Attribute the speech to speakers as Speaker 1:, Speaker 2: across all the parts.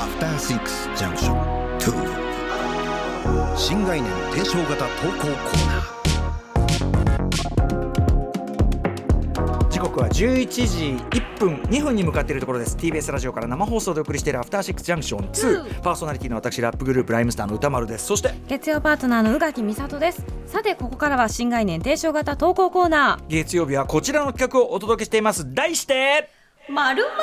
Speaker 1: Six Junction 2新概念提唱型投稿コーナー
Speaker 2: 時刻は11時1分2分に向かっているところです TBS ラジオから生放送でお送りしているアフターシックスジャンクション2、パーソナリティの私ラップグループライムスターの歌丸ですそして
Speaker 3: 月曜パートナーの宇垣美里ですさてここからは新概念提唱型投稿コーナ
Speaker 2: 月曜日はこちらの企画をお届けしています題して
Speaker 3: ーまるまるま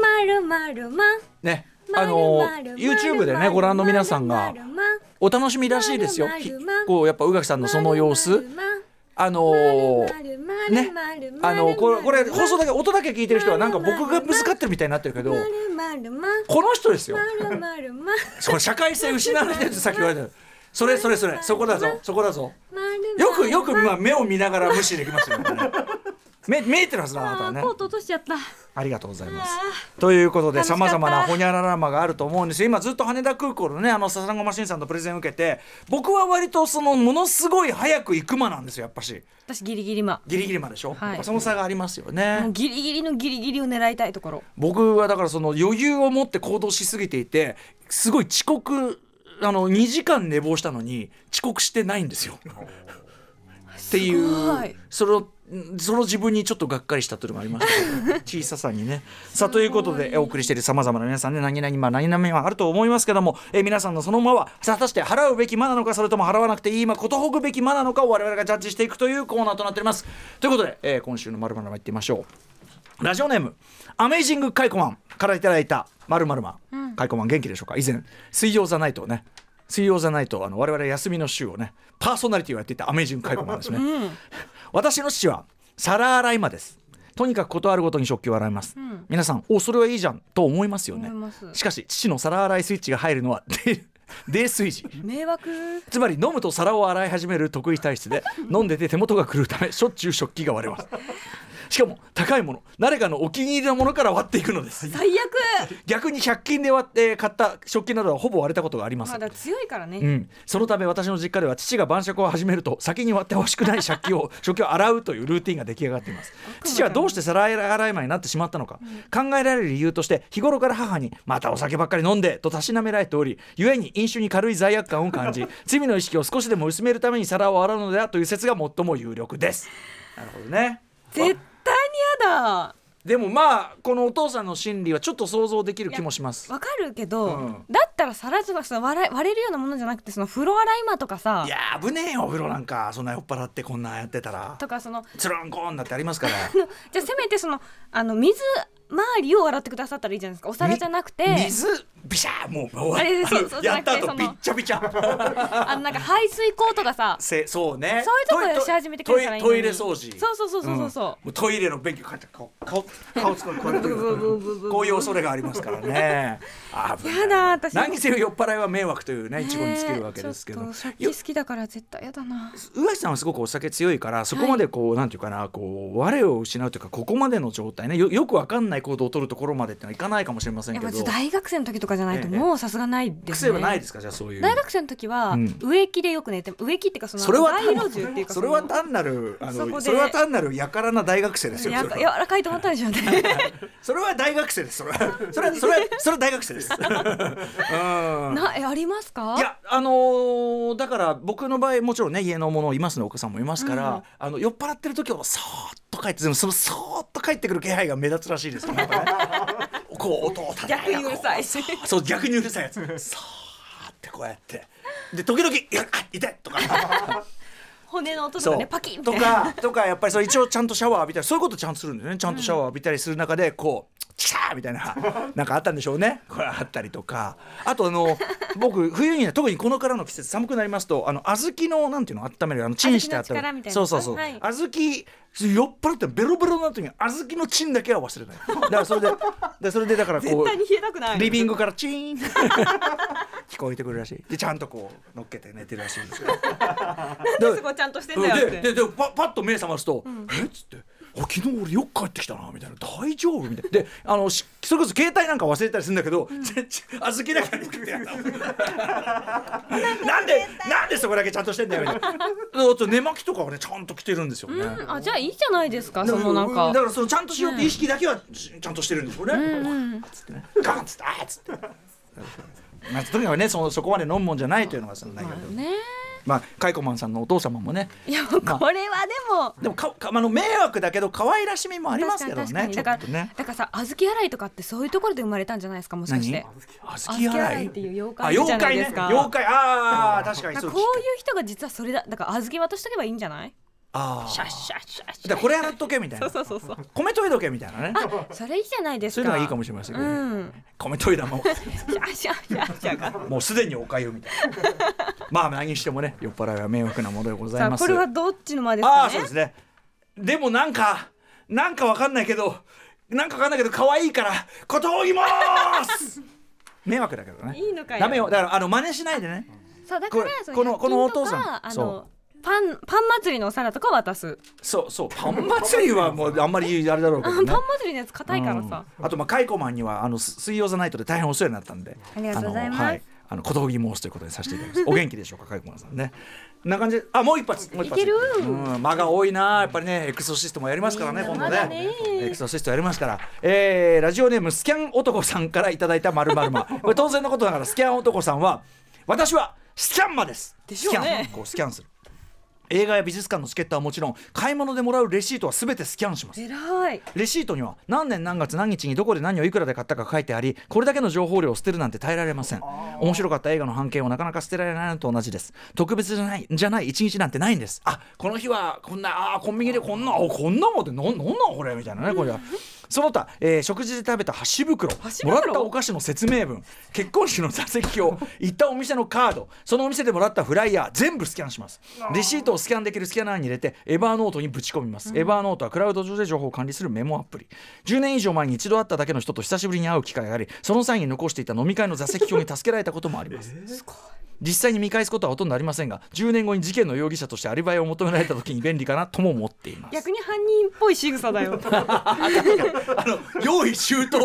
Speaker 3: まるまるま
Speaker 2: ね
Speaker 3: ま
Speaker 2: あの
Speaker 3: るまるまる
Speaker 2: YouTube でねご覧の皆さんが
Speaker 3: まるま
Speaker 2: お楽しみらしいですよ
Speaker 3: まる
Speaker 2: ひ
Speaker 3: まる
Speaker 2: こうやっぱ宇垣さんのその様子
Speaker 3: ま
Speaker 2: あのー
Speaker 3: るまるま
Speaker 2: ね
Speaker 3: るまるまるまるま
Speaker 2: あ
Speaker 3: る
Speaker 2: のこれこれ放送だけ音だけ聞いてる人はなんか僕がぶつかってるみたいになってるけど
Speaker 3: まるまるま
Speaker 2: この人ですよ
Speaker 3: まるまるま
Speaker 2: それ社会性失われてるってさっき言われたのそれそれそれそこだぞそこだぞ
Speaker 3: まる
Speaker 2: よくよくまあ目を見ながら無視できますよね目見えてるはずだあなたはね
Speaker 3: コート落としちゃった
Speaker 2: ありがとうございます
Speaker 3: あ
Speaker 2: ということで
Speaker 3: 楽し
Speaker 2: さ
Speaker 3: かった
Speaker 2: まざまなホニャララマがあると思うんですよ今ずっと羽田空港のねあの笹子マシンさんのプレゼンを受けて僕は割とそのものすごい早く行く間なんですよやっぱし
Speaker 3: 私ギリギリま
Speaker 2: ギリギリまでしょ、
Speaker 3: はい
Speaker 2: その差がありますよ
Speaker 3: もう
Speaker 2: ね
Speaker 3: ギリギリのギリギリを狙いたいところ
Speaker 2: 僕はだからその余裕を持って行動しすぎていてすごい遅刻あの2時間寝坊したのに遅刻してないんですよ。ってい
Speaker 3: すごいう
Speaker 2: そのその自分にちょっとがっかりしたというのがありましたけど小ささに ね。さあということでお送りしているさまざまな皆さんね何々まあ何々はあると思いますけどもえー皆さんのそのまは果たして払うべき間なのかそれとも払わなくていい間ことほぐべき間なのかを我々がジャッジしていくというコーナーとなっております。ということで、えー今週の「まるまるまいってみましょう。ラジオネームアメイジングカイコマンからいただいたまるまるまんカイコマン元気でしょうか以前水曜ザナイトをね水曜ザナイトあの我々休みの週をねパーソナリティをやっていたアメイジングカイコマンですね、私の父は皿洗い魔ですとにかくことあるごとに食器を洗います、皆さんおそれはいいじゃんと思いますよね
Speaker 3: 思います
Speaker 2: しかし父の皿洗いスイッチが入るのは デ泥酔時
Speaker 3: 迷惑
Speaker 2: つまり飲むと皿を洗い始める得意体質で飲んでて手元が狂うためしょっちゅう食器が割れますしかも高いもの誰かのお気に入りのものから割っていくのです
Speaker 3: 最
Speaker 2: 逆に100均で割って買った食器などはほぼ割れたことがありま
Speaker 3: 悪
Speaker 2: せ
Speaker 3: ま
Speaker 2: ん
Speaker 3: だ強いからね、
Speaker 2: うん、そのため私の実家では父が晩酌を始めると先に割ってほしくない借金 を食器を洗うというルーティンが出来上がっています父はどうして皿洗い前になってしまったのか、考えられる理由として日頃から母に「またお酒ばっかり飲んで」とたしなめられており故に飲酒に軽い罪悪感を感 じ罪の意識を少しでも薄めるために皿を洗うのではという説が最も有力です。なるほどね
Speaker 3: 絶対に嫌だ
Speaker 2: でもまあこのお父さんの心理はちょっと想像できる気もします。
Speaker 3: わかるけど、
Speaker 2: うん
Speaker 3: だったら皿とかその割れ割れるようなものじゃなくてその風呂洗い間とかさ
Speaker 2: いやー危ねえよお風呂なんかそんな酔っ払ってこんなんやってたら
Speaker 3: とかその
Speaker 2: つるんこーんだってありますから。
Speaker 3: じゃあせめて そのあの水周りを洗ってくださったらいいじゃないですかお皿じゃなくて
Speaker 2: み水ビシャーもう終わ
Speaker 3: あれそう
Speaker 2: る
Speaker 3: そうじゃ
Speaker 2: や
Speaker 3: な
Speaker 2: っ
Speaker 3: く
Speaker 2: た後
Speaker 3: てその
Speaker 2: びっちゃびちゃ
Speaker 3: あのなんか排水口と かさ
Speaker 2: せそうね
Speaker 3: そういうとこでし始めてくれたらいいの
Speaker 2: ト
Speaker 3: に
Speaker 2: イレトイレ掃除
Speaker 3: そうそうそうそうそうそ
Speaker 2: もうトイレの便器こうやって顔顔顔つこうこうやってこういう恐れがありますからね危ない
Speaker 3: やだ私
Speaker 2: 何せよ酔っ払いは迷惑というね
Speaker 3: う
Speaker 2: 一語に尽きるわけですけど
Speaker 3: ねえちょっと
Speaker 2: よ
Speaker 3: 食器好きだから絶対嫌だな
Speaker 2: 宇垣さんはすごくお酒強いからそこまでこう、なんていうかなこう我を失うというかここまでの状態ねよよくわかんない行動を取るところまでってのはいかないかもしれません
Speaker 3: や
Speaker 2: け
Speaker 3: っぱ
Speaker 2: ど
Speaker 3: ちょっと大学生の時とかじゃないと
Speaker 2: ええ
Speaker 3: もうさすがないです
Speaker 2: 癖
Speaker 3: ね
Speaker 2: はないですかじゃあそういう
Speaker 3: 大学生の時は
Speaker 2: うん
Speaker 3: 植木でよく寝て植木っていうかその
Speaker 2: それは
Speaker 3: 街路樹っていうか
Speaker 2: それは
Speaker 3: の
Speaker 2: 単なるあ
Speaker 3: そこ
Speaker 2: の
Speaker 3: で
Speaker 2: それは単なるやからな大学生ですよ
Speaker 3: や
Speaker 2: そ
Speaker 3: か
Speaker 2: れ
Speaker 3: 柔
Speaker 2: は
Speaker 3: らかいと思ったんでしょうね
Speaker 2: それは大学生ですそれはそれはそれはそれは大学生 です うん
Speaker 3: なえありますか
Speaker 2: いやあのーだから僕の場合もちろんね家のものいますのお子さんもいますから、あの酔っ払ってる時はそーっと帰ってでもそのそーっと帰ってくる気配が目立つらしいです よなんかねこう音を立て
Speaker 3: 逆にうるさ いし
Speaker 2: そう逆にうるさい やつそーってこうやってで時々「いやあ痛い!」とか。
Speaker 3: 骨の音と
Speaker 2: そ
Speaker 3: か
Speaker 2: う
Speaker 3: ねパキンみた
Speaker 2: と
Speaker 3: いな
Speaker 2: かとかやっぱりそう一応ちゃんとシャワー浴びたりそういうことちゃんとするんだよねちゃんとシャワー浴びたりする中でこう「チャー!」みたい ななんかあったんでしょうねこれあったりとかあとあの僕冬には特にこのからの季節寒くなりますとあの小豆のなんていうの温めるあのチンして温
Speaker 3: 小豆の力
Speaker 2: め
Speaker 3: みた
Speaker 2: る
Speaker 3: いな
Speaker 2: そうそうそう、
Speaker 3: はい
Speaker 2: 小豆酔っ払ってベロベロな時に小豆のチンだけは忘れないだからそれででそれでだからこう
Speaker 3: 絶対に冷えたくない
Speaker 2: リビングからチーン 聞こえてくるらしいでちゃんとこう乗っけて寝てるらし いんですけど
Speaker 3: そこちゃんとしてんだよっ
Speaker 2: で
Speaker 3: て
Speaker 2: ででパパッと目覚ますと「えっ?」つって「あ昨日俺よく帰ってきたなみたいな大丈夫みたいなであのしそれこそ携帯なんか忘れたりするんだけど、全然小豆だけ食ってやった なんでなんでそこだけちゃんとしてんだよみたいなあと寝巻きとかはねちゃんと着てるんですよね、
Speaker 3: うんあじゃあいいじゃないですかそのなん
Speaker 2: う
Speaker 3: か
Speaker 2: だからそのちゃんとしようって意識だけはしちゃんとしてるんでしょうね。ガッつってねガンっつってあーっつって。まあ、とにかくねそのそこまで飲むもんじゃないというのがその内容で、
Speaker 3: ね
Speaker 2: まあ、カイコマンさんのお父様もね
Speaker 3: いやこれはでも
Speaker 2: でもかかあの迷惑だけど可愛らしみもありますけ
Speaker 3: 確
Speaker 2: ど
Speaker 3: かに確か
Speaker 2: ね
Speaker 3: に
Speaker 2: ちょっ
Speaker 3: だか
Speaker 2: と
Speaker 3: ら
Speaker 2: ね
Speaker 3: だからさ小豆洗いとかってそういうところで生まれたんじゃないですかもしかし
Speaker 2: 何
Speaker 3: て
Speaker 2: 小豆
Speaker 3: 小豆
Speaker 2: 洗
Speaker 3: 洗
Speaker 2: い
Speaker 3: いっていう妖
Speaker 2: あ
Speaker 3: 怪いる
Speaker 2: 妖
Speaker 3: じゃない
Speaker 2: 怪
Speaker 3: で
Speaker 2: ね
Speaker 3: すか
Speaker 2: 妖怪ああ確かに
Speaker 3: だか
Speaker 2: そ
Speaker 3: ら
Speaker 2: う
Speaker 3: こういう人が実はそれだだから小豆渡しとけばいいんじゃない
Speaker 2: あ
Speaker 3: シャッ
Speaker 2: あ
Speaker 3: シャッシャッシ
Speaker 2: だか
Speaker 3: ャ
Speaker 2: らこれ洗っとけみたいな
Speaker 3: ッそうそうそうそう
Speaker 2: 米研いどけみたいなね
Speaker 3: あそれいいじゃないです
Speaker 2: そ
Speaker 3: か
Speaker 2: ういうのがいいかもしれませんけどね
Speaker 3: うん
Speaker 2: 米研いだもん
Speaker 3: シャッシャッシャッシャッが
Speaker 2: もうすでにおかゆみたいなまあ何にしてもね酔っ払いは迷惑なものでござい
Speaker 3: さ
Speaker 2: ま
Speaker 3: あ
Speaker 2: す
Speaker 3: これはどっちの間です
Speaker 2: あ
Speaker 3: か
Speaker 2: あそう
Speaker 3: ね
Speaker 2: ですねでもなんかなんかわかんないけどなんかわかんないけど可愛いから断りまーす 迷惑だけどね
Speaker 3: いいのかよ
Speaker 2: ダメよだからあの真似しないでね
Speaker 3: そうだから
Speaker 2: これ
Speaker 3: そ
Speaker 2: このこのお
Speaker 3: 100均と
Speaker 2: 父さん
Speaker 3: かあ
Speaker 2: そう
Speaker 3: のパンパン祭りのお皿とか渡す
Speaker 2: そうそうパン祭りはもうあんまりあれだろうけ
Speaker 3: あ
Speaker 2: ど
Speaker 3: パン
Speaker 2: ね
Speaker 3: 祭りのやつ硬いからさ、
Speaker 2: うんあとまあカイコマンにはあのす水曜ザナイトで大変お世話になったんで
Speaker 3: ありがとうございます
Speaker 2: あのはいあの小峠申すということでさせていただき ますお元気でしょうかカイコマンさんねこんな感じであもう一発もう一発
Speaker 3: いける
Speaker 2: うん、間が多いなやっぱりねエクソシストもやりますからね
Speaker 3: いいな
Speaker 2: 今度
Speaker 3: まだね
Speaker 2: エクソシストやりますから、えーラジオネームスキャン男さんからいただいたまるま るまこれ当然のことだからスキャン男さんは私はスキャンマです
Speaker 3: でしょうね
Speaker 2: スキャンこうスキャンする映画や美術館のチケットはもちろん買い物でもらうレシートは全てスキャンします
Speaker 3: 偉い
Speaker 2: レシートには何年何月何日にどこで何をいくらで買ったか書いてありこれだけの情報量を捨てるなんて耐えられません面白かった映画の判件をなかなか捨てられないのと同じです特別じゃないじゃない一日なんてないんですあこの日はこんなあーコンビニでこんなあこんなもんでななんなんこれみたいなねこれはその他、えー食事で食べた箸袋
Speaker 3: 箸
Speaker 2: も
Speaker 3: 袋
Speaker 2: らったお菓子の説明文結婚式の座席表行ったお店のカードそのお店でもらったフライヤー全部スキャンしますレシートをスキャンできるスキャナーに入れてエバーノートにぶち込みます、エバーノートはクラウド上で情報を管理するメモアプリ10年以上前に一度会っただけの人と久しぶりに会う機会がありその際に残していた飲み会の座席表に助けられたこともあります、実際に見返すことはほとんどありませんが10年後に事件の容疑者としてアリバイを求められた時に便利かなとも思っています
Speaker 3: 逆に犯人っぽい仕草 だよ
Speaker 2: あの用意周到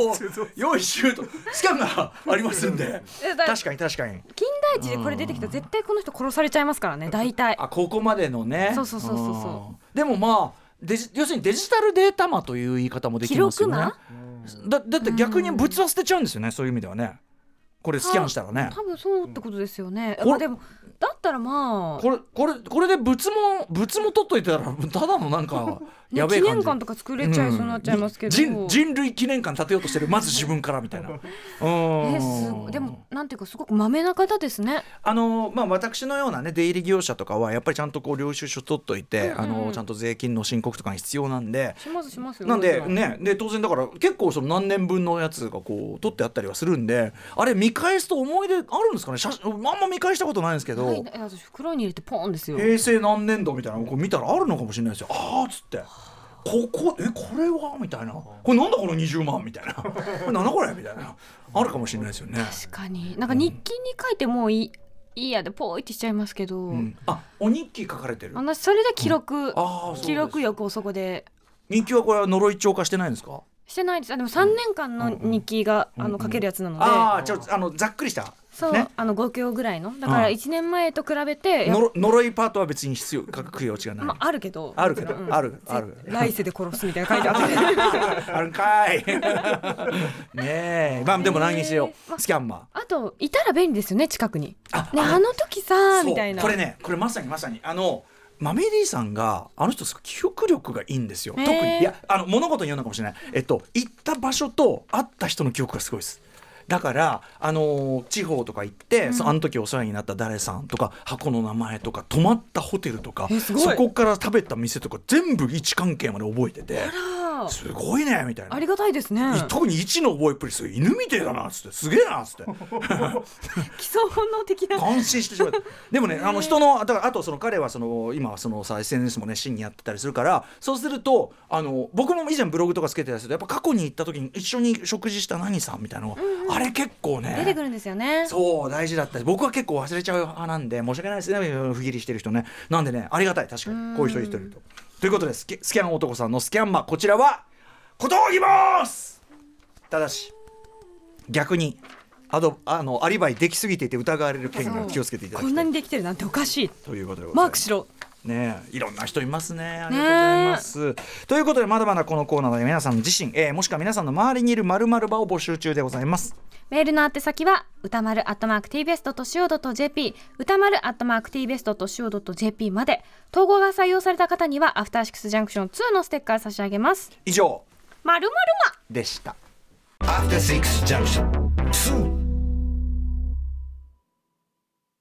Speaker 2: 用意周到スキャンがありますんで
Speaker 3: えだ
Speaker 2: 確かに確かに
Speaker 3: 金田一でこれ出てきたら絶対この人殺されちゃいますからね大体
Speaker 2: あここまでのね
Speaker 3: そうそうそうそうそ
Speaker 2: うんでもまあデジ要するにデジタルデータ魔という言い方もできますよねだだって逆に物は捨てちゃうんですよねそういう意味ではねこれスキャンしたらね
Speaker 3: 多分そうってことですよね、
Speaker 2: これ
Speaker 3: まあでもだったらまあ、
Speaker 2: これこれこれで物も物も取っといたら ただのなんか
Speaker 3: ね
Speaker 2: やべえ
Speaker 3: 記
Speaker 2: 感じ
Speaker 3: 念館とか作れちゃいそうになっちゃいますけど、
Speaker 2: うん人人類記念館建てようとしてるまず自分からみたい なうん
Speaker 3: えすごいでもなんていうかすごくまめな方ですね
Speaker 2: あのまあ、私のような、ね、出入り業者とかはやっぱりちゃんとこう領収書取っといて、あのちゃんと税金の申告とかに必要なんで。
Speaker 3: しますしますよ
Speaker 2: なんで
Speaker 3: もちろ
Speaker 2: ね、で当然だから結構その何年分のやつがこう取ってあったりはするんであれ見返すと思い出あるんですかね写真あんま見返したことないんですけど、
Speaker 3: はい、え私袋に入れてポンですよ
Speaker 2: 平成何年度みたいなのをこう見たらあるのかもしれないですよあーっつってここえこれはみたいなこれなんだこの20万みたいな これなんだこれみたいなあるかもしれないですよね。
Speaker 3: 確かになんか日記に書いてもういい,、いいやでポイってしちゃいますけど、
Speaker 2: うんあお日記書かれてる
Speaker 3: 私それで記録、
Speaker 2: あーそうです
Speaker 3: 記録欲をそこで
Speaker 2: 日記はこれは呪い帳化してないんですか
Speaker 3: してないですあでも3年間の日記が、あの書けるやつなので、
Speaker 2: ああちょあのざっくりした
Speaker 3: そう、
Speaker 2: ね
Speaker 3: あの5行ぐらいのだから
Speaker 2: うん
Speaker 3: 1年前と比べて、やっ
Speaker 2: 呪呪いパートは別に必要書く必要違うない、
Speaker 3: まあ、あるけど
Speaker 2: あるけど
Speaker 3: もちろん
Speaker 2: あるある
Speaker 3: 来世で殺すみたいな書いてあったけど
Speaker 2: あるんか いねえまあでも何にせよ
Speaker 3: えーまあ
Speaker 2: スキャンマ
Speaker 3: あといたら便利ですよね近くに
Speaker 2: あ
Speaker 3: ねあの時さ
Speaker 2: ー
Speaker 3: みた
Speaker 2: そ
Speaker 3: い
Speaker 2: う
Speaker 3: な
Speaker 2: これねこれまさにまさにあのマメディさんがあの人すごい記憶力がいいんですよ、
Speaker 3: へー
Speaker 2: 特にいやあの物事に言うのかもしれないえっと行った場所と会った人の記憶がすごいですだから、あのー地方とか行って、そあの時お世話になった誰さんとか箱の名前とか泊まったホテルとか
Speaker 3: えすごい
Speaker 2: そこから食べた店とか全部位置関係まで覚えてて
Speaker 3: あー
Speaker 2: すごいねみたいな
Speaker 3: ありがたいですね
Speaker 2: い 特に1の覚えっぷりすごい犬みてえだなっつってすげえなっつって
Speaker 3: 基礎本能的な
Speaker 2: 感心してしまったでもねあの人のだからあとその彼はその今はそのさ SNS もね真にやってたりするからそうするとあの僕も以前ブログとかつけてたりするとやっぱ過去に行った時に一緒に食事した何さんみたいなのが、あれ結構ね
Speaker 3: 出てくるんですよね
Speaker 2: そう大事だったり僕は結構忘れちゃう派なんで申し訳ないですね不義理してる人ねなんでねありがたい確かにこういう人いるとということですスキャン男さんのスキャンマこちらは小峠ますただし逆にあのあのアリバイできすぎていて疑われる件が気をつけていただ
Speaker 3: こ
Speaker 2: き
Speaker 3: ん
Speaker 2: た
Speaker 3: ないにできてるなんておかしい
Speaker 2: ということでございます
Speaker 3: マークしろ
Speaker 2: ねえいろんな人いますね。ありがとうございます。ということでまだまだこのコーナーで皆さん自身、えー、もしくは皆さんの周りにいるまる場を募集中でございます。
Speaker 3: メールの宛先は歌丸アットマーク TBS.CO.JP 歌丸アットマーク TBS.CO.JP まで統合が採用された方にはアフターシックスジャンクション2のステッカー差し上げます
Speaker 2: 以上
Speaker 3: まるまるま
Speaker 2: でした。
Speaker 1: After Six Junction.